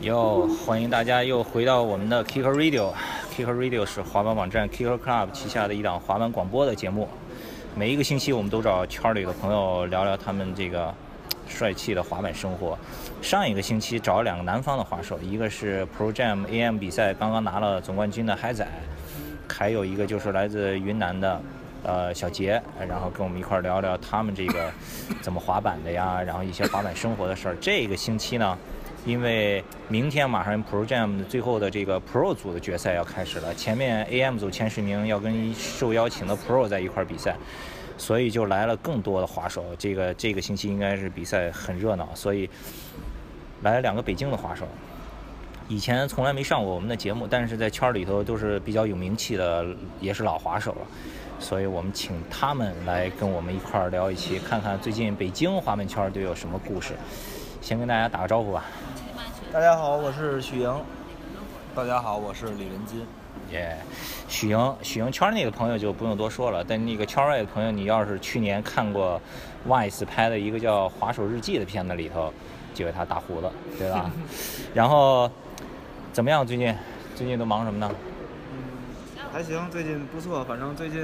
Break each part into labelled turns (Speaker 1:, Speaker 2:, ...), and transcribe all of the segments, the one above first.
Speaker 1: 哟，欢迎大家又回到我们的 Kicker Radio。Kicker Radio 是滑板网站 Kicker Club 旗下的一档滑板广播的节目。每一个星期，我们都找圈里的朋友聊聊他们这个帅气的滑板生活。上一个星期找了两个南方的滑手，一个是 Pro Jam AM 比赛刚刚拿了总冠军的嗨仔，还有一个就是来自云南的呃小杰，然后跟我们一块儿聊聊他们这个怎么滑板的呀，然后一些滑板生活的事儿。这个星期呢，因为明天马上 Pro Jam 的最后的这个 Pro 组的决赛要开始了，前面 AM 组前十名要跟受邀请的 Pro 在一块儿比赛，所以就来了更多的滑手。这个这个星期应该是比赛很热闹，所以来了两个北京的滑手。以前从来没上过我们的节目，但是在圈儿里头都是比较有名气的，也是老滑手了，所以我们请他们来跟我们一块儿聊一期，看看最近北京滑板圈儿都有什么故事。先跟大家打个招呼吧，
Speaker 2: 大家好，我是许莹。大家好，我是李文金。
Speaker 1: 耶、许莹，许莹圈儿内的朋友就不用多说了，但那个圈儿外的朋友，你要是去年看过 Vice 拍的一个叫《滑手日记》的片子里头，就有他大胡子，对吧？ 然后怎么样？最近最近都忙什么呢？
Speaker 2: 还行，最近不错，反正最近，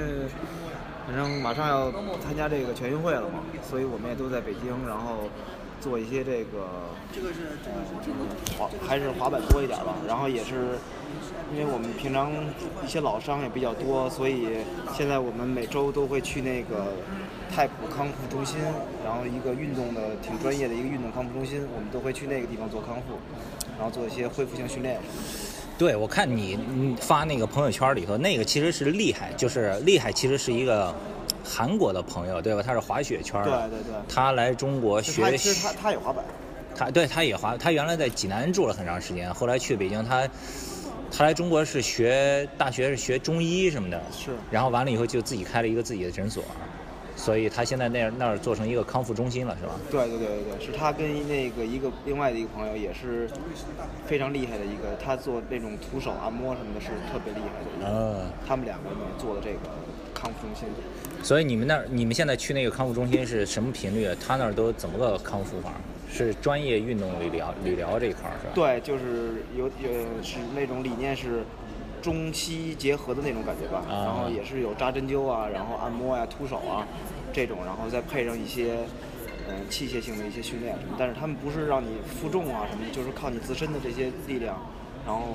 Speaker 2: 反正马上要参加这个全运会了嘛，所以我们也都在北京，然后做一些这个，这个是这个是滑，还是滑板多一点吧。然后也是，因为我们平常一些老伤也比较多，所以现在我们每周都会去那个太普康复中心，然后一个运动的挺专业的一个运动康复中心，我们都会去那个地方做康复，然后做一些恢复性训练什么的。
Speaker 1: 对，我看你你发那个朋友圈里头，那个其实是厉害，就是厉害，其实是一个韩国的朋友，对吧？他是滑雪圈儿的，
Speaker 2: 对对对
Speaker 1: 他来中国
Speaker 2: 就他
Speaker 1: 学
Speaker 2: 其实他他也滑板，
Speaker 1: 他对他也滑，他原来在济南住了很长时间，后来去北京，他他来中国是学大学是学中医什么的，
Speaker 2: 是
Speaker 1: 然后完了以后就自己开了一个自己的诊所，所以他现在那儿那儿做成一个康复中心了，是吧？
Speaker 2: 对对对对对，是他跟那个一个另外的一个朋友也是非常厉害的一个，他做那种徒手按摩什么的，是特别厉害的一个。
Speaker 1: 呃，
Speaker 2: 他们两个呢做的这个康复中心，
Speaker 1: 所以你们那儿你们现在去那个康复中心是什么频率？啊他那儿都怎么个康复法？是专业运动理疗理疗这一块儿是吧？
Speaker 2: 对，就是有有是那种理念是中西结合的那种感觉吧，
Speaker 1: 啊
Speaker 2: 然后也是有扎针灸啊，然后按摩呀、徒手啊这种，然后再配上一些。嗯，器械性的一些训练什么，但是他们不是让你负重啊什么的，就是靠你自身的这些力量，然后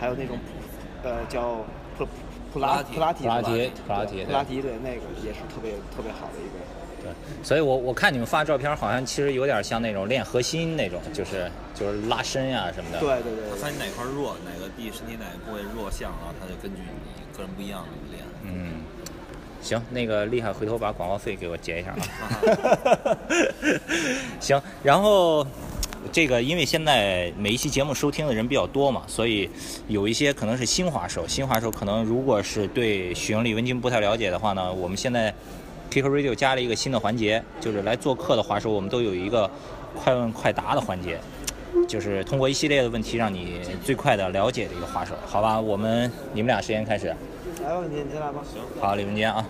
Speaker 2: 还有那种普呃叫普普拉普拉提
Speaker 1: 普拉
Speaker 2: 是吧
Speaker 1: 提普拉提对
Speaker 2: 对普拉提对那个也是特别特别好的一个
Speaker 1: 对，所以我我看你们发照片，好像其实有点像那种练核心那种，就是就是拉伸呀、什么的。，
Speaker 2: 对对对对
Speaker 3: 看你哪块弱，哪个地身体哪个部位弱项，然后他就根据你个人不一样的练。
Speaker 1: 嗯，行，那个厉害，回头把广告费给我结一下啊。 行，然后这个因为现在每一期节目收听的人比较多嘛，所以有一些可能是新滑手，新滑手可能如果是对许英、李文金不太了解的话呢，我们现在 Kick Radio 加了一个新的环节，就是来做客的滑手，我们都有一个快问快答的环节。就是通过一系列的问题，让你最快的了解这个滑手，好吧？我们你们俩谁先开始？
Speaker 2: 对，来吧，你你先来吧。行，
Speaker 1: 好，李文坚啊，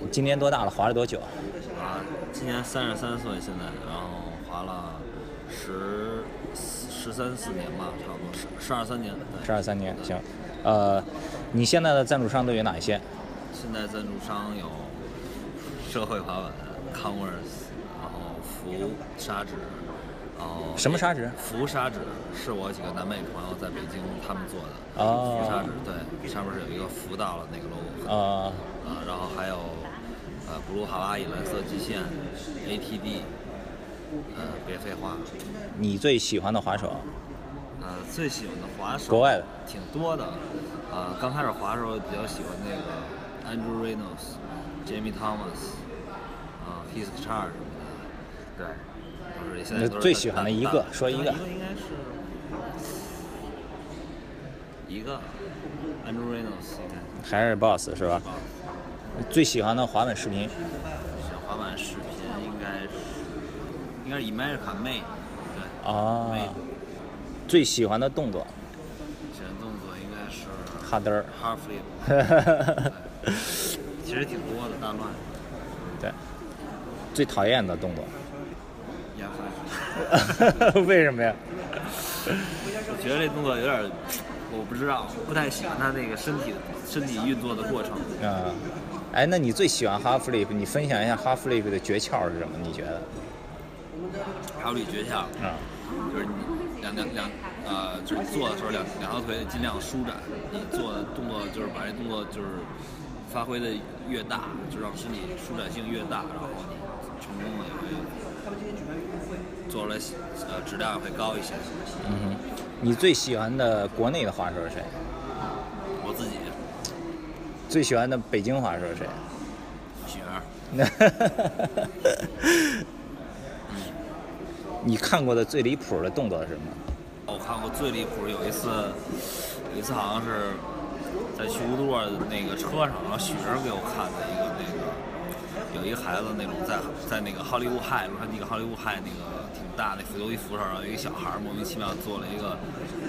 Speaker 1: 你今年多大了？滑了多久？
Speaker 3: 啊，今年三十三岁，现在然后滑了十十三四年吧，差不多十十二三年。
Speaker 1: 十二三年，行。呃，你现在的赞助商都有哪一些？
Speaker 3: 现在赞助商有社会滑板、Converse，然后福砂纸，然后
Speaker 1: 什么砂纸
Speaker 3: 福砂纸是我几个南美朋友在北京他们做的。
Speaker 1: 哦
Speaker 3: 福砂纸对，上面是有一个福到了那个 logo。
Speaker 1: 呃，
Speaker 3: 啊，然后还有呃，布鲁哈拉伊蓝色极限，ATD，呃，别废话，
Speaker 1: 你最喜欢的滑手？
Speaker 3: 呃，最喜欢的滑手，
Speaker 1: 国外的
Speaker 3: 挺多的，啊、刚开始滑的时候比较喜欢那个 Andrew Reynolds、Jamie Thomas，啊、p e a c e Char 什么的，对，都是现在
Speaker 1: 你
Speaker 3: 都是
Speaker 1: 最
Speaker 3: 在
Speaker 1: 喜欢的
Speaker 3: 大
Speaker 1: 一
Speaker 3: 大
Speaker 1: 个说一
Speaker 3: 一
Speaker 1: 个
Speaker 3: 应该是一个 Andrew Reynolds 应该是。
Speaker 1: 还是 Boss 是吧？最喜欢的滑板视频？
Speaker 3: 小滑板视频应该是应该是 America May，对，
Speaker 1: 啊
Speaker 3: 妹，
Speaker 1: 最喜欢的动作？
Speaker 3: 选动作应该是
Speaker 1: 哈登儿。
Speaker 3: Hard Flip，其实挺多的，大乱
Speaker 1: 对，最讨厌的动作？
Speaker 3: 压翻，
Speaker 1: 为什么呀？
Speaker 3: 我觉得这动作有点儿，我不知道，不太喜欢他那个身体的身体运作的过程。
Speaker 1: 啊，哎，那你最喜欢 half flip？你分享一下 half flip 的诀窍是什么？你觉得？
Speaker 3: 还有一诀窍，
Speaker 1: 啊，
Speaker 3: 就是你两两两呃，就是做的时候两两条腿尽量舒展，你做的动作就是把这动作就是发挥的越大，就让身体舒展性越大，然后你成功了也会做出来呃质量会高一些。
Speaker 1: 嗯哼，你最喜欢的国内的滑手是谁？
Speaker 3: 我自己
Speaker 1: 最喜欢的北京滑手是谁？
Speaker 3: 许媛儿，
Speaker 1: 你看过的最离谱的动作是什么？
Speaker 3: 我看过最离谱有一次，有一次好像是在去乌多尔的那个车上，然后许人给我看的一个那个，有一个孩子那种在在那个好莱坞海，他那个好莱坞海那个挺大那浮游衣服上，然后有一个小孩儿莫名其妙做了一个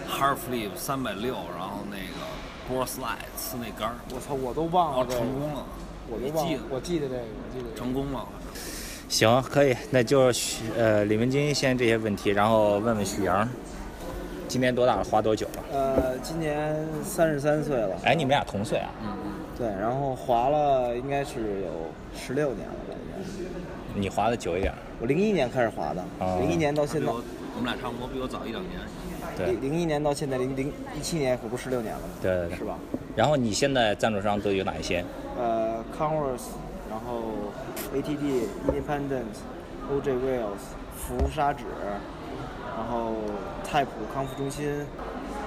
Speaker 3: hard flip 三百六，然后那个 board slide 呲那杆儿，
Speaker 2: 我操，我都忘
Speaker 3: 然后
Speaker 2: 了这个，
Speaker 3: 成功了，
Speaker 2: 我
Speaker 3: 没
Speaker 2: 都忘
Speaker 3: 记
Speaker 2: 了，我
Speaker 3: 得
Speaker 2: 记得这个，我记得这个。
Speaker 3: 成功了，
Speaker 1: 行，可以，那就是呃李文金先这些问题，然后问问许阳，今年多大了？滑多久了？
Speaker 2: 呃，今年三十三岁了，
Speaker 1: 哎，你们俩同岁啊？
Speaker 3: 嗯，
Speaker 2: 对，然后滑了应该是有十六年了吧，应该。
Speaker 1: 你滑的久一点儿，
Speaker 2: 我零一年开始滑的
Speaker 1: 哦，
Speaker 2: 零一年到
Speaker 3: 他
Speaker 2: 现
Speaker 3: 比
Speaker 2: 在
Speaker 3: 我，我们俩差不多，比我早一两年，
Speaker 1: 对
Speaker 2: 零。零一年到现在零零一七年，可不十六年了吗？
Speaker 1: 对对对
Speaker 2: 是吧？
Speaker 1: 然后你现在赞助商都有哪一些？
Speaker 2: 呃，Converse，然后 ATD、Independent、OJ Wheels、福砂纸，然后泰普康复中心。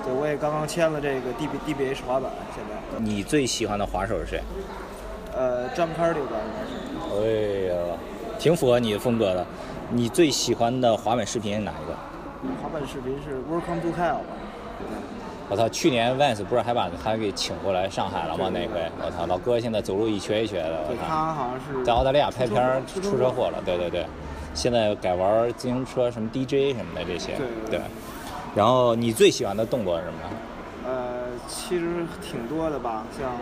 Speaker 2: 对，我也刚刚签了这个 D B D B H 滑板，现在
Speaker 1: 你最喜欢的滑手是谁？
Speaker 2: 呃张开这个吧应该是。
Speaker 1: 哎呀，挺符合你的风格的。你最喜欢的滑板视频是哪一个？
Speaker 2: 滑板视频是 Welcome to Hell 吧？
Speaker 1: 我操，去年 Vans 不是还把他给请过来上海了吗？那
Speaker 2: 对对
Speaker 1: 回，我操，老哥现在走路一瘸一瘸的。我
Speaker 2: 对，
Speaker 1: 操，
Speaker 2: 他好像是
Speaker 1: 啊在澳大利亚拍片儿
Speaker 2: 出
Speaker 1: 出车。祸了，对对对，现在改玩自行车什么 DJ 什么的这些，
Speaker 2: 对对对
Speaker 1: 然后你最喜欢的动作是什么？
Speaker 2: 呃，其实挺多的吧，像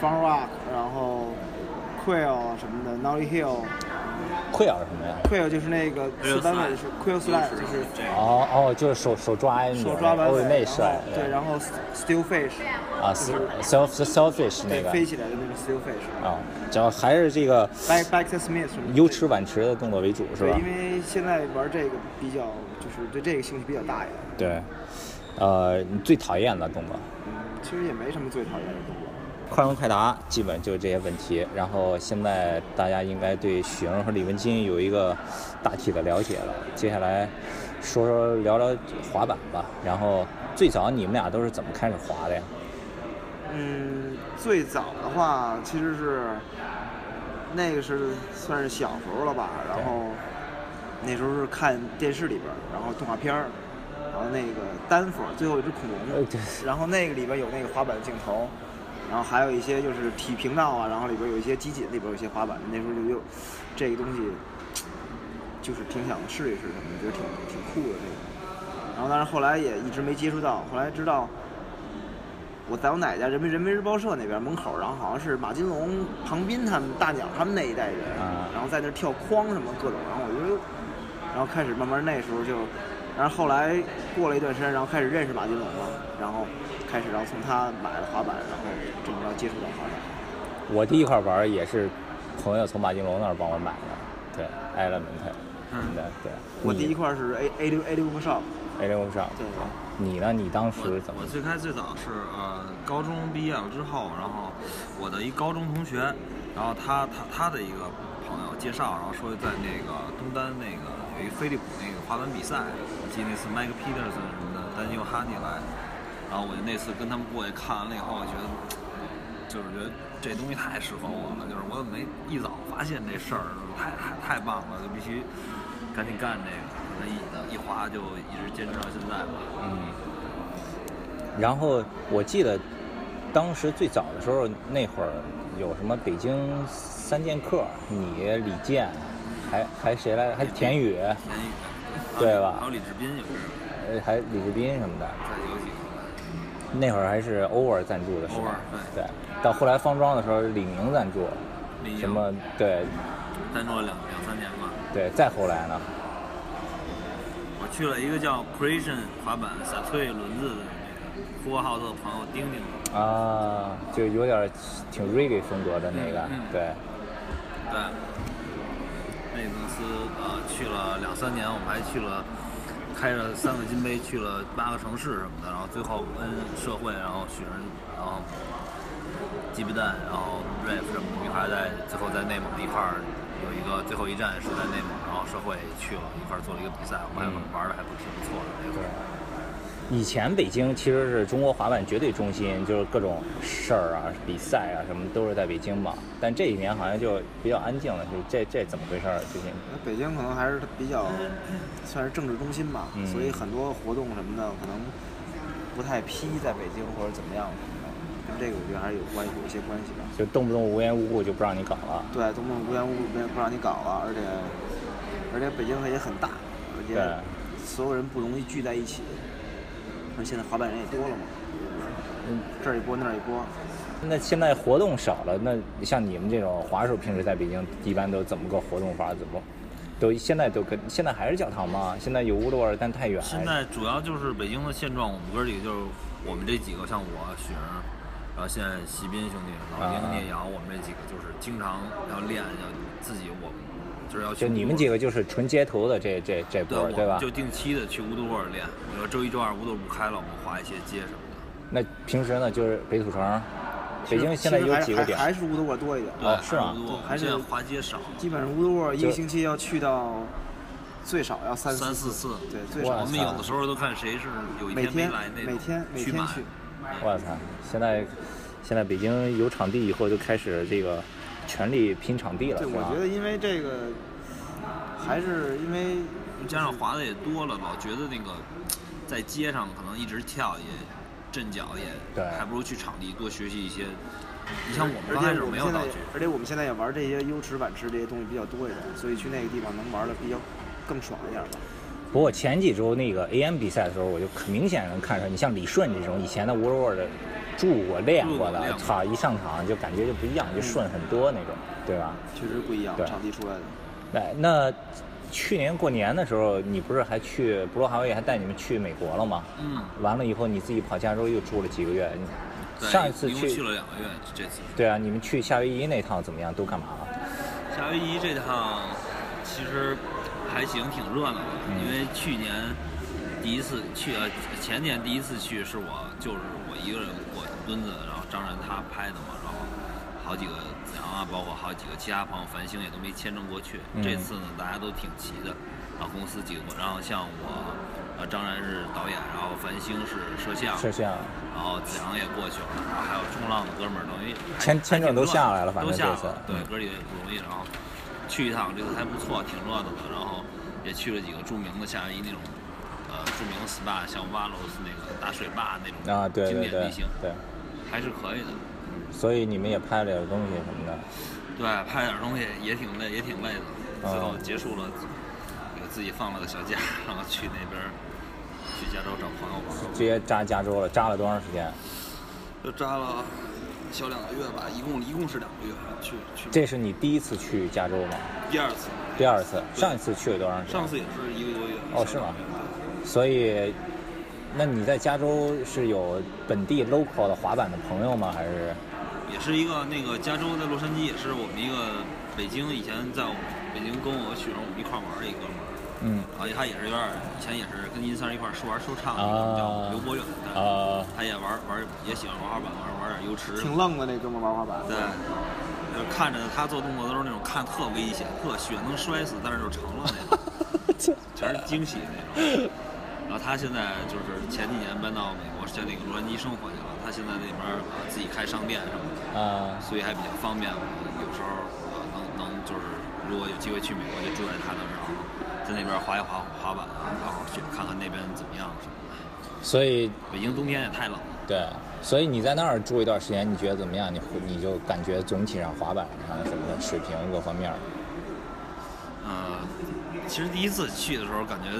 Speaker 2: Fun Rock，然后 Quail 什么的，Nolly Hill，Quail
Speaker 1: 溃疡是什么呀？
Speaker 2: 就是那个四单位是 Quail Slide，就是
Speaker 3: 这个。
Speaker 1: 哦哦，就是手手抓一扭
Speaker 2: 手抓板
Speaker 1: 哦
Speaker 2: 尾，
Speaker 1: 那
Speaker 2: 然后
Speaker 1: 帅，
Speaker 2: 对，然后 Still Fish，
Speaker 1: 啊，self selfish 那
Speaker 2: 对，
Speaker 1: 个
Speaker 2: 飞起来的那个 Still Fish。
Speaker 1: 啊，只要还是这个
Speaker 2: Back Back to Smith 什么的
Speaker 1: 优驰晚驰的动作为主是
Speaker 2: 对，
Speaker 1: 吧
Speaker 2: 因？为现在玩这个比较，就是对这个兴趣比较大一点。
Speaker 1: 对，呃，你最讨厌的动作？
Speaker 2: 嗯，其实也没什么最讨厌的动作。
Speaker 1: 快问快答，基本就是这些问题。然后现在大家应该对许莹和李文金有一个大体的了解了。接下来说说聊聊滑板吧。然后最早你们俩都是怎么开始滑的呀？
Speaker 2: 嗯，最早的话其实是那个是算是小时候了吧，然
Speaker 1: 对
Speaker 2: 后那时候是看电视里边儿，然后动画片儿，然后那个丹佛最后一只恐
Speaker 1: 呃
Speaker 2: 龙
Speaker 1: 对，
Speaker 2: 然后那个里边有那个滑板镜头，然后还有一些就是体频道啊，然后里边有一些集锦，里边有一些滑板，那时候就有这个东西，就是挺想试一试什么的，觉得挺挺酷的这个。然后但是后来也一直没接触到，后来知道。我在我奶奶家人民人民日报社那边门口，然后好像是马金龙、庞斌他们、大鸟他们那一代人，
Speaker 1: 啊
Speaker 2: 然后在那儿跳框什么各种，然后我就，然后开始慢慢那时候就，然后后来过了一段时间，然后开始认识马金龙了，然后开始然后从他买了滑板，然后这么着接触到滑板。
Speaker 1: 我第一块玩也是朋友从马金龙那儿帮我买的，对，Element，
Speaker 3: 嗯
Speaker 1: 对对。
Speaker 2: 我第一块是 A A 六 A 六 shop，
Speaker 1: A 六上，
Speaker 2: 对，
Speaker 1: 你呢？你当时怎
Speaker 3: 我
Speaker 1: 么
Speaker 3: 我？最开最早是呃高中毕业了之后，然后我的一高中同学，然后他他他的一个朋友介绍，然后说在那个东单那个有一飞利浦那个滑板比赛，我记得那次 Mike Peterson 什么的，丹尼尔哈尼来，然后我就那次跟他们过去看完了以后，我觉得就是觉得这东西太适合我了，就是我怎么没一早发现这事儿，太太太棒了，就必须赶紧干这个，那一一滑就一直坚持到现在吧。
Speaker 1: 嗯。然后我记得当时最早的时候，那会儿有什么北京三剑客，你李健，还还谁来？还田宇，对吧
Speaker 3: 还有李志斌也是，
Speaker 1: 呃还李志斌什么的。
Speaker 3: 在有几个
Speaker 1: 那会儿还是 Over 赞助的是吧？
Speaker 3: Over，
Speaker 1: 对。到后来方庄的时候，李宁赞助，
Speaker 3: 李宁
Speaker 1: 什么对
Speaker 3: 单住了两两三年吧。
Speaker 1: 对，再后来呢？
Speaker 3: 我去了一个叫 Creation 滑板撒退轮子的那个呼和浩特的朋友丁丁，
Speaker 1: 啊，就有点儿挺 reggae 风格的那个，
Speaker 3: 嗯嗯
Speaker 1: 对，
Speaker 3: 对，那个公司呃去了两三年，我们还去了。开着三个金杯去了八个城市什么的，然后最后跟社会，然后雪人，然后鸡皮蛋，然后 rap 什么的，还在最后在内蒙一块儿有一个最后一站是在内蒙，然后社会去了一块儿做了一个比赛，我们还
Speaker 1: 嗯
Speaker 3: 玩的还不挺不错的那会
Speaker 1: 对
Speaker 3: 儿。。
Speaker 1: 以前北京其实是中国滑板绝对中心，就是各种事儿啊、比赛啊什么都是在北京嘛。但这几年好像就比较安静了，就是这这怎么回事儿？最近
Speaker 2: 北京可能还是比较算是政治中心吧，
Speaker 1: 嗯
Speaker 2: 所以很多活动什么的可能不太批在北京或者怎么样什么的，跟这个我觉得还是有关系，有一些关系吧。
Speaker 1: 就动不动无缘无故就不让你搞了。
Speaker 2: 对，东盟无缘无故没不让你搞了，而且而且北京也很大，而且
Speaker 1: 对
Speaker 2: 所有人不容易聚在一起，而现在滑板人也多了嘛，
Speaker 1: 嗯，
Speaker 2: 这儿一波那儿一波，
Speaker 1: 那现在活动少了，那像你们这种滑手，平时在北京一般都怎么个活动法？怎么都现在都跟现在还是教堂吗？现在有乌鲁尔，但太远。
Speaker 3: 现在主要就是北京的现状，我们哥几个就是我们这几个，像我雪儿，然后现在席斌兄弟、老
Speaker 1: 啊
Speaker 3: 丁、聂阳，我们这几个就是经常要练，要自己我就是要去
Speaker 1: 就你们
Speaker 3: 乌
Speaker 1: 几
Speaker 3: 杜
Speaker 1: 个
Speaker 3: 尔
Speaker 1: 就是纯街头的这这这波
Speaker 3: 对，我
Speaker 1: 儿，对
Speaker 3: 们
Speaker 1: 吧？
Speaker 3: 就定期的去乌杜尔练，比如说周一、周二乌杜尔不开了，我们滑一些街什么的。
Speaker 1: 那平时呢，就是北土城，北京现在
Speaker 2: 其实
Speaker 1: 有
Speaker 2: 还
Speaker 1: 几个点
Speaker 2: 还还是乌德沃多一点，
Speaker 3: 对，
Speaker 1: 哦是吗
Speaker 3: 乌杜尔
Speaker 2: 还是
Speaker 3: 现在滑街少，
Speaker 2: 基本上乌德沃一
Speaker 1: 就
Speaker 2: 个星期要去到最少要三
Speaker 3: 三
Speaker 2: 四
Speaker 3: 四次。
Speaker 2: 对，最
Speaker 1: 哇
Speaker 2: 少
Speaker 3: 我们
Speaker 1: 塞
Speaker 3: 有的时候都看谁是有一
Speaker 2: 每
Speaker 3: 没
Speaker 2: 天
Speaker 3: 来那种
Speaker 2: 每天每
Speaker 3: 去
Speaker 2: 天
Speaker 3: 买。
Speaker 2: 去
Speaker 1: 我操！现在现在北京有场地以后，就开始这个全力拼场地了，
Speaker 2: 对，
Speaker 1: 是
Speaker 2: 我
Speaker 1: 吧
Speaker 2: 觉？得因为这个还是因为
Speaker 3: 加上滑的也多了，老觉得那个在街上可能一直跳也震脚也，
Speaker 1: 对
Speaker 3: 还不如去场地多学习一些。你像我们
Speaker 2: 而
Speaker 3: 刚开
Speaker 2: 且
Speaker 3: 始
Speaker 2: 我们
Speaker 3: 没有
Speaker 2: 现在
Speaker 3: 道具，，
Speaker 2: 而且我们现在也玩这些优池、晚池这些东西比较多一点，所以去那个地方能玩的比较更爽一点吧。
Speaker 1: 不过前几周那个 AM 比赛的时候，我就很明显能看出来，你像李顺这种以前的 World War 的住过练过
Speaker 3: 住过嗯
Speaker 1: 的
Speaker 3: 练，过
Speaker 1: 操，一上场就感觉就不一样，就顺很多那种，对吧？
Speaker 2: 确实不一样
Speaker 1: 对，
Speaker 2: 场地出来的。
Speaker 1: 来，那去年过年的时候，你不是还去不罗哈维还带你们去美国了吗？
Speaker 3: 嗯，
Speaker 1: 完了以后，你自己跑加州又住了几个月。你
Speaker 3: 对
Speaker 1: 上一次
Speaker 3: 一共
Speaker 1: 去
Speaker 3: 去了两个月，这次
Speaker 1: 对啊，你们去夏威夷那趟怎么样？都干嘛了？
Speaker 3: 夏威夷这趟其实还行，挺热闹的，
Speaker 1: 嗯
Speaker 3: 因为去年第一次去，呃，前年第一次去是我就是我一个人过墩子，然后张然他拍的嘛，然后好几个子阳啊，包括好几个其他朋友繁星也都没签证过去。
Speaker 1: 嗯
Speaker 3: 这次呢，大家都挺齐的，然后公司几个，然后像我，呃，张然是导演，然后繁星是摄像，
Speaker 1: 是这样，
Speaker 3: 然后子阳也过去了，然后还有冲浪的哥们儿，等于
Speaker 1: 签签证都下来了反正
Speaker 3: 都下
Speaker 1: 这次
Speaker 3: 了，对
Speaker 1: 嗯，
Speaker 3: 哥几个也不容易，然后去一趟，这次还不错，挺热闹的，然后也去了几个著名的夏威夷那种。呃，著名的 SPA 像瓦罗斯那个打水坝那种
Speaker 1: 啊，对
Speaker 3: 经
Speaker 1: 对
Speaker 3: 典
Speaker 1: 对
Speaker 3: 地形，
Speaker 1: 对，
Speaker 3: 还是可以的。
Speaker 1: 所以你们也拍了点东西什么的，
Speaker 3: 对，拍点东西也挺累，也挺累
Speaker 1: 啊
Speaker 3: 的。最后结束了，给自己放了个小假，然后去那边儿去加州找朋友玩儿。
Speaker 1: 直接扎加州了，扎了多长时间？
Speaker 3: 就扎了小两个月吧，一共一共是两个月。去去
Speaker 1: 这是你第一次去加州吗？
Speaker 3: 第二次，
Speaker 1: 第二次，
Speaker 3: 对
Speaker 1: 上一次去了多长时间？
Speaker 3: 上次也是一个多月。
Speaker 1: 哦是吗所以，那你在加州是有本地 local 的滑板的朋友吗？还是
Speaker 3: 也是一个那个加州在洛杉矶，也是我们一个北京以前在我们北京跟我学生我们一块儿玩儿的一哥们儿，
Speaker 1: 嗯
Speaker 3: 然后他也是有点儿以前也是跟银三儿一块儿说玩儿说唱的，一个
Speaker 1: 啊
Speaker 3: 叫刘博远，但是
Speaker 1: 啊
Speaker 3: 他也玩儿玩儿也喜欢玩儿滑板，玩儿玩儿点儿油池什么的
Speaker 2: 挺愣的那哥们儿玩滑板，
Speaker 3: 对，就是呃看着他做动作都是那种看特危险、特血能摔死，但是就成了那种，全是惊喜那种。然后他现在就是前几年搬到美国，在那个洛杉矶生活去了。他现在那边儿呃自己开商店什么的，
Speaker 1: 啊、
Speaker 3: 所以还比较方便。我有时候呃能能就是如果有机会去美国，就住在他那儿，然后在那边滑一滑滑板啊，然后去看看那边怎么样什么的。
Speaker 1: 所以
Speaker 3: 北京冬天也太冷了。
Speaker 1: 对，所以你在那儿住一段时间，你觉得怎么样？你会你就感觉总体上滑板上什么的水平各方面儿？
Speaker 3: 呃，其实第一次去的时候感觉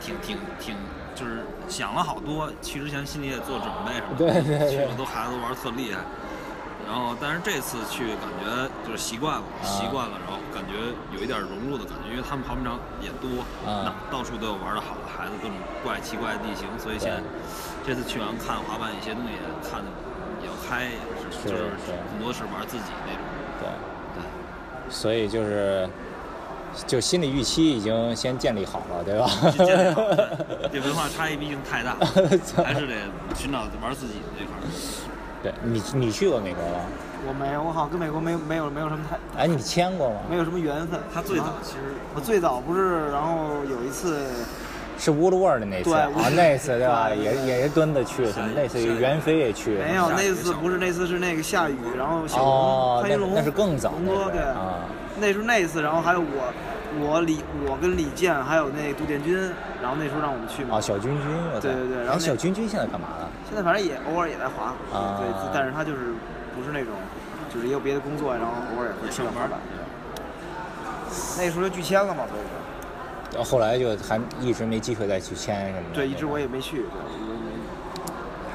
Speaker 3: 挺挺挺，就是想了好多，去之前心里也做准备什么的，
Speaker 1: 对对对
Speaker 3: 去了都孩子
Speaker 1: 啊
Speaker 3: 都玩儿特厉害。然后，但是这次去感觉就是习惯了，习惯了，然后感觉有一点融入的感觉，因为他们滑冰场也多，
Speaker 1: 嗯
Speaker 3: 那到处都有玩的好的孩子，各种怪奇怪的地形，所以现在这次去完看滑板，有些东西也看的比较开，也是
Speaker 1: 是
Speaker 3: 就是
Speaker 1: 是
Speaker 3: 很多是玩自己那种。
Speaker 1: 对，
Speaker 3: 对，
Speaker 1: 所以就是就心理预期已经先建立好了，对吧？
Speaker 3: 这这得好 对这文化差异毕竟太大 了
Speaker 1: 操，
Speaker 3: 还是得寻找玩自己的这块儿。
Speaker 1: 对你你去过美国吗？
Speaker 2: 我没有，我好像跟美国没有没有没有什么太
Speaker 1: 哎，你签过吗？
Speaker 2: 没有什么缘分。
Speaker 3: 他最
Speaker 2: 啊
Speaker 3: 早其实
Speaker 2: 我最早不是，然后有一次，
Speaker 1: 是 Woodward 那次
Speaker 2: 对
Speaker 1: 啊，
Speaker 2: Woodward，
Speaker 1: 那次对吧？
Speaker 2: 对
Speaker 1: 也也是蹲着去，什么那次
Speaker 3: 下雨
Speaker 1: 袁飞也去，
Speaker 2: 没有
Speaker 3: 下雨
Speaker 2: 那次不是那次是那个下雨，然后小
Speaker 1: 哦
Speaker 2: 龙，潘
Speaker 1: 那
Speaker 2: 云龙
Speaker 1: 那是更早
Speaker 2: 龙
Speaker 1: 那
Speaker 2: 哥
Speaker 1: 是
Speaker 2: 对，
Speaker 1: 啊，
Speaker 2: 那时候那次，然后还有我我李我跟李健还有那杜建军，然后那时候让我们去嘛
Speaker 1: 哦，，小君君，我操
Speaker 2: 对对对然后
Speaker 1: 哎
Speaker 2: 那
Speaker 1: 小君君现在干嘛了？
Speaker 2: 现在反正也偶尔也在滑，
Speaker 1: 啊
Speaker 2: 对，但是他就是不是那种，就是也有别的工作，然后偶尔也会去
Speaker 3: 上
Speaker 2: 滑
Speaker 3: 班
Speaker 2: 板。那时候就拒签了嘛，所以说。
Speaker 1: 然后哦后来就还一直没机会再去签什么的。
Speaker 2: 对，一直
Speaker 1: 吧
Speaker 2: 我也没去。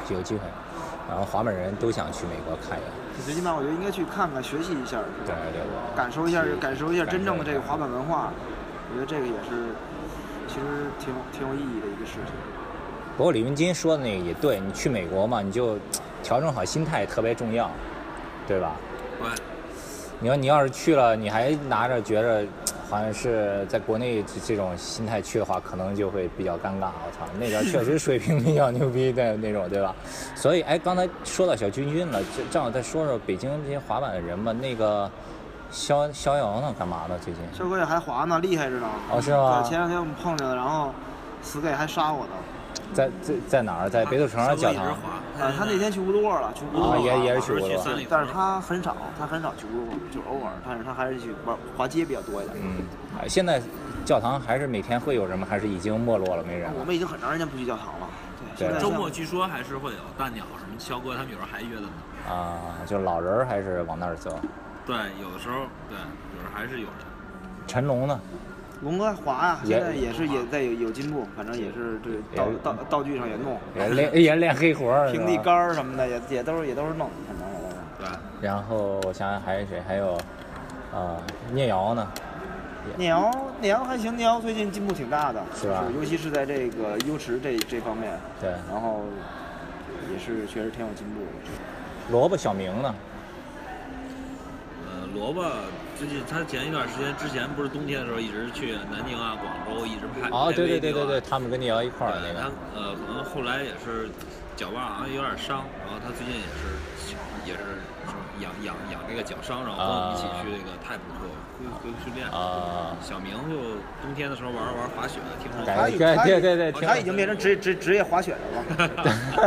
Speaker 2: 对，
Speaker 1: 有机会，然后滑板人都想去美国看一看。
Speaker 2: 最起码我觉得应该去看看，学习一下，
Speaker 1: 对对对，
Speaker 2: 感受一下，感受一下真正的这个
Speaker 1: 感受
Speaker 2: 滑板文化。我觉得这个也是，其实挺挺有意义的一个事情。
Speaker 1: 不过李云金说的那个也对，你去美国嘛，你就调整好心态特别重要，对吧？
Speaker 3: 对。
Speaker 1: 你说你要是去了，你还拿着觉着好像是在国内这这种心态去的话，可能就会比较尴尬。我操，那边确实水平比较牛逼的那种，对吧？所以，哎，刚才说到小君君了，这正好再说说北京这些滑板的人吧。那个逍逍遥呢，干嘛呢？最近？
Speaker 2: 肖哥也还滑呢，厉害着呢。
Speaker 1: 哦是吗
Speaker 2: 对，前两天我们碰见了，然后死 gay 还杀我呢。
Speaker 1: 在在在哪儿？在北斗城上教堂。
Speaker 2: 啊，他那天去乌多尔了，去乌多
Speaker 1: 啊
Speaker 2: 尔
Speaker 1: 也也是去
Speaker 2: 滑
Speaker 1: 乌多尔
Speaker 3: 三里屯
Speaker 2: 但是他很少，他很少去乌多尔，就是偶尔，但是他还是去玩滑街比较多一点。
Speaker 1: 嗯，啊现在教堂还是每天会有人吗？还是已经没落了，没人
Speaker 2: 我
Speaker 1: 了？
Speaker 2: 们已经很长时间不去教堂了。
Speaker 1: 对
Speaker 2: 对，现在
Speaker 3: 周
Speaker 2: 像
Speaker 3: 末据说还是会有大鸟什么肖哥他们有时候还约的呢。
Speaker 1: 啊，就老人儿还是往那儿走。
Speaker 3: 对，有的时候对，有时候还是有人。
Speaker 1: 陈龙呢？
Speaker 2: 龙哥滑呀、
Speaker 1: 也
Speaker 2: 现在也是也在有有进步，反正也是这
Speaker 1: 也
Speaker 2: 道
Speaker 1: 是
Speaker 2: 道道具上也弄，
Speaker 1: 也是练 也是练黑活儿，是
Speaker 2: 平
Speaker 1: 吧
Speaker 2: 地杆儿什么的也也都是也都是弄，反正也都是。
Speaker 3: 对，
Speaker 1: 然后我想想还有谁？还有，啊，聂瑶呢？
Speaker 2: 鸟鸟还行，鸟最近进步挺大的，
Speaker 1: 是吧
Speaker 2: 就尤其是在这个优池这这方面，
Speaker 1: 对，
Speaker 2: 然后也是确实挺有进步的。
Speaker 1: 萝卜小明呢？
Speaker 3: 呃，萝卜最近他前一段时间之前不是冬天的时候一直去南宁啊、广州一直拍。
Speaker 1: 哦，
Speaker 3: 拍
Speaker 1: 对对
Speaker 3: video
Speaker 1: 对对
Speaker 3: 啊
Speaker 1: 对，他们跟聂瑶一块儿那
Speaker 3: 对他
Speaker 1: 个。
Speaker 3: 呃，可能后来也是脚腕好像有点伤，然后他最近也是也是什么养养养这个脚伤，然后跟我们一起
Speaker 1: 啊
Speaker 3: 去这个太普做恢复恢复训练。
Speaker 1: 啊，
Speaker 3: 小明就冬天的时候玩玩滑雪，挺好
Speaker 1: 感
Speaker 3: 玩。
Speaker 1: 觉
Speaker 2: 他
Speaker 1: 对对对，
Speaker 3: 他
Speaker 1: 挺
Speaker 2: 他已经变成职职职业滑雪人了。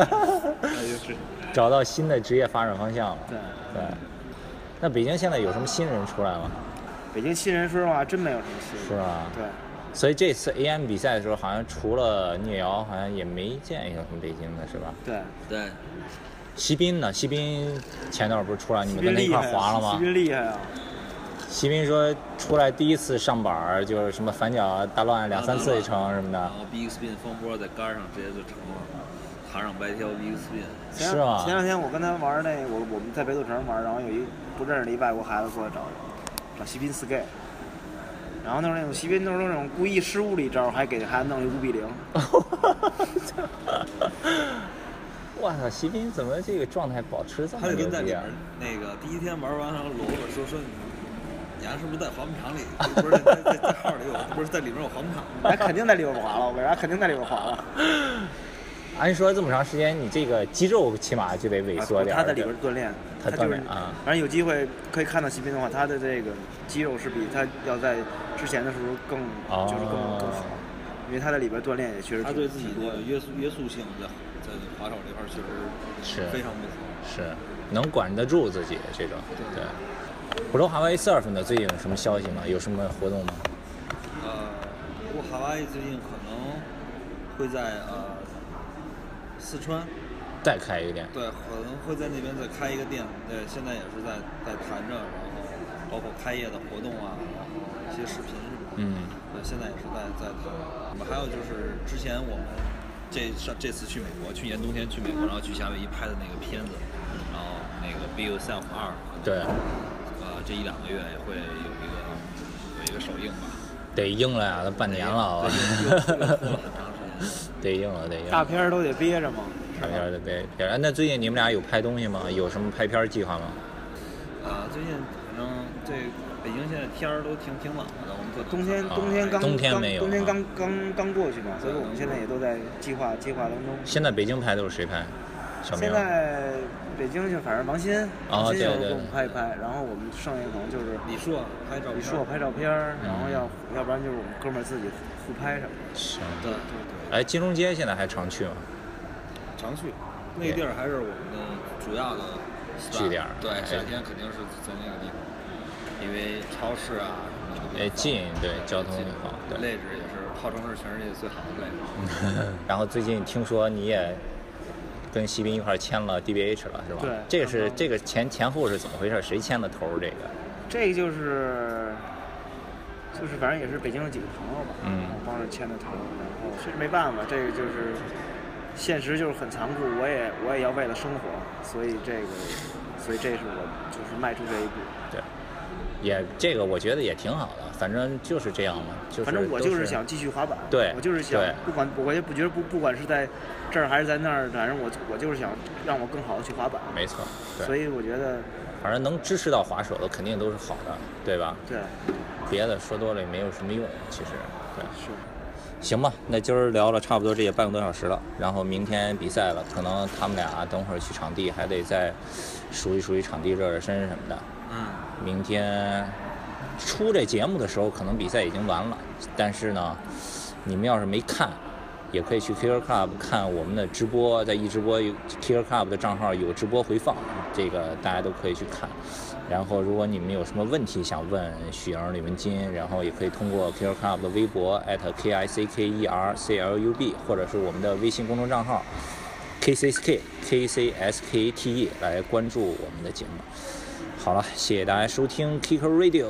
Speaker 3: 就是
Speaker 1: 找到新的职业发展方向了。
Speaker 2: 对，
Speaker 1: 对。那北京现在有什么新人出来吗？
Speaker 2: 北京新人说实话真没有什么新人。
Speaker 1: 是啊吧
Speaker 2: 对，
Speaker 1: 所以这次 AM 比赛的时候，好像除了聂瑶，好像也没见有什么北京的，是吧？
Speaker 2: 对，
Speaker 3: 对。
Speaker 1: 席斌呢？席斌前段不是出来，你们
Speaker 2: 徐
Speaker 1: 跟他
Speaker 2: 斌
Speaker 1: 一
Speaker 2: 厉
Speaker 1: 块
Speaker 2: 害
Speaker 1: 儿
Speaker 2: 啊
Speaker 1: 滑了
Speaker 2: 徐
Speaker 1: 吗？
Speaker 2: 斌厉害啊！
Speaker 1: 席斌说出来第一次上板儿就是什么反脚大乱两三次一成什么的
Speaker 2: 啊
Speaker 3: 然，后 big spin 风波在杆儿上直接就成了，爬上白条 big spin，
Speaker 2: 前
Speaker 1: 是吗
Speaker 2: 前两天我跟他玩那个，我我们在北斗城玩，然后有一不认识的一外国孩子过来找我，找西宾 sky，然后就是那种西宾都是那种故意失误了一招，还给孩子弄一五比零，
Speaker 1: 哇操，席斌怎么这个状态保持这
Speaker 3: 他
Speaker 1: 么
Speaker 3: 就
Speaker 1: 牛
Speaker 3: 跟在里
Speaker 1: 逼
Speaker 3: 边
Speaker 1: 啊
Speaker 3: 儿？那个第一天玩完，然后萝卜说说你，你还是不是在滑冰 场里？不是在在在号里有，不是在里面有滑冰场吗？
Speaker 2: 那肯定在里边滑了，我跟你说，肯定在里边滑了。
Speaker 1: 按说这么长时间，你这个肌肉起码就得萎缩点儿。
Speaker 2: 他在里边锻炼，
Speaker 1: 他
Speaker 2: 他
Speaker 1: 锻
Speaker 2: 就
Speaker 1: 炼
Speaker 2: 是
Speaker 1: 啊，
Speaker 2: 反正有机会可以看到西宾的话，他的这个肌肉是比他要在之前的时候更
Speaker 1: 哦
Speaker 2: 就是更更好，因为他在里边锻炼也确实
Speaker 3: 他
Speaker 2: 挺
Speaker 3: 对自己
Speaker 2: 挺多
Speaker 3: 的
Speaker 2: 的。
Speaker 3: 约束约束性在在滑手这块儿确实
Speaker 1: 是
Speaker 3: 非常不错。
Speaker 1: 是，能管得住自己这种。对，普州华为 surf 呢，最近有什么消息吗？有什么活动吗？
Speaker 3: 呃，不过夏威夷最近可能会在呃四川。
Speaker 1: 再开一个店。
Speaker 3: 对，可能会在那边再开一个店。对，现在也是在在谈着，然后包括开业的活动啊，然后一些视频什么的。
Speaker 1: 嗯，
Speaker 3: 对，现在也是在在谈。我们还有就是之前我们这上这次去美国，去年冬天去美国，然后去夏威夷拍的那个片子，然后那个《Be Yourself 二》，
Speaker 1: 对，
Speaker 3: 呃，这一两个月也会有一个个首映吧，
Speaker 1: 得应了呀，都半年了，啊
Speaker 3: 对，又又拖了很长时间。
Speaker 1: 得应了，得应了。
Speaker 2: 大片儿都得憋着嘛。
Speaker 1: 大片儿的对对。哎，那最近你们俩有拍东西吗？有什么拍片儿计划吗？
Speaker 3: 啊，最近反正这北京现在天儿都挺挺冷的，我们就
Speaker 2: 冬天
Speaker 1: 啊
Speaker 2: 冬天刚
Speaker 1: 冬天
Speaker 2: 刚
Speaker 1: 没有
Speaker 2: 冬天
Speaker 1: 啊
Speaker 2: 刚刚刚过去嘛，所以我们现在也都在计划计划当中。
Speaker 1: 现在北京拍都是谁拍？小明
Speaker 2: 现。在北京就反正王鑫，
Speaker 1: 啊
Speaker 2: 王鑫有时候给我们拍一拍，然后我们剩下可能就是
Speaker 3: 李硕拍照片，
Speaker 2: 你说我拍照片儿，
Speaker 1: 嗯
Speaker 2: 然后要要不然就是我们哥们儿自己互拍什么的。
Speaker 1: 行
Speaker 3: 对对对，
Speaker 1: 哎，金融街现在还常去吗？
Speaker 3: 常去，那个地儿还是我们的主要的 spot
Speaker 1: 据点儿
Speaker 3: 对，
Speaker 1: 哎
Speaker 3: 夏天肯定是在那个地方，因为超市啊什么的
Speaker 1: 哎，近，对，交通也
Speaker 3: 近
Speaker 1: 好，对。
Speaker 3: 位置也是号称是全世界最好的位置。
Speaker 2: 嗯
Speaker 1: 然后最近听说你也跟西滨一块儿签了 DBH 了，是吧？
Speaker 2: 对
Speaker 1: 这个是
Speaker 2: 刚刚
Speaker 1: 这个前前后是怎么回事？谁牵的头儿？这个？
Speaker 2: 这个就是就是反正也是北京有几个朋友吧，
Speaker 1: 嗯
Speaker 2: 然后帮着牵的头，然后确实没办法，这个就是现实就是很残酷，我也我也要为了生活，所以这个所以这是我就是迈出这一步，
Speaker 1: 对，也这个我觉得也挺好的，反正就是这样嘛，就是
Speaker 2: 反正我
Speaker 1: 都
Speaker 2: 就是是想继续滑板，
Speaker 1: 对
Speaker 2: 我就是想
Speaker 1: 对
Speaker 2: 不管我也不觉得不不管是在这儿还是在那儿，反正我我就是想让我更好的去滑板，
Speaker 1: 没错，对，
Speaker 2: 所以我觉得
Speaker 1: 反正能支持到滑手的肯定都是好的，对吧？
Speaker 2: 对
Speaker 1: 别的说多了也没有什么用，其实，对。
Speaker 2: 是。
Speaker 1: 行吧，那今儿聊了差不多，这也半个多小时了。然后明天比赛了，可能他们俩等会儿去场地还得再熟悉熟悉场地，热热身什么的。
Speaker 3: 嗯，
Speaker 1: 明天出这节目的时候，可能比赛已经完了，但是呢，你们要是没看，也可以去 Kicker Club 看我们的直播，在一直播有 Kicker Club 的账号有直播回放，这个大家都可以去看。然后，如果你们有什么问题想问许莹、李文金，然后也可以通过 Kicker Club 的微博 at k i c k e r c l u b，或者是我们的微信公众账号 k c s k k c s k t e 来关注我们的节目。好了，谢谢大家收听 Kicker Radio，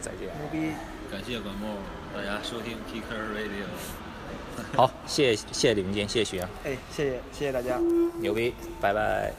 Speaker 1: 再见。
Speaker 2: 牛逼。
Speaker 3: 感谢本木大家收听 Kicker Radio。
Speaker 1: 好，谢谢谢谢李文健，谢谢许阳，
Speaker 2: 哎，谢谢谢谢大家。
Speaker 1: 牛逼，拜拜。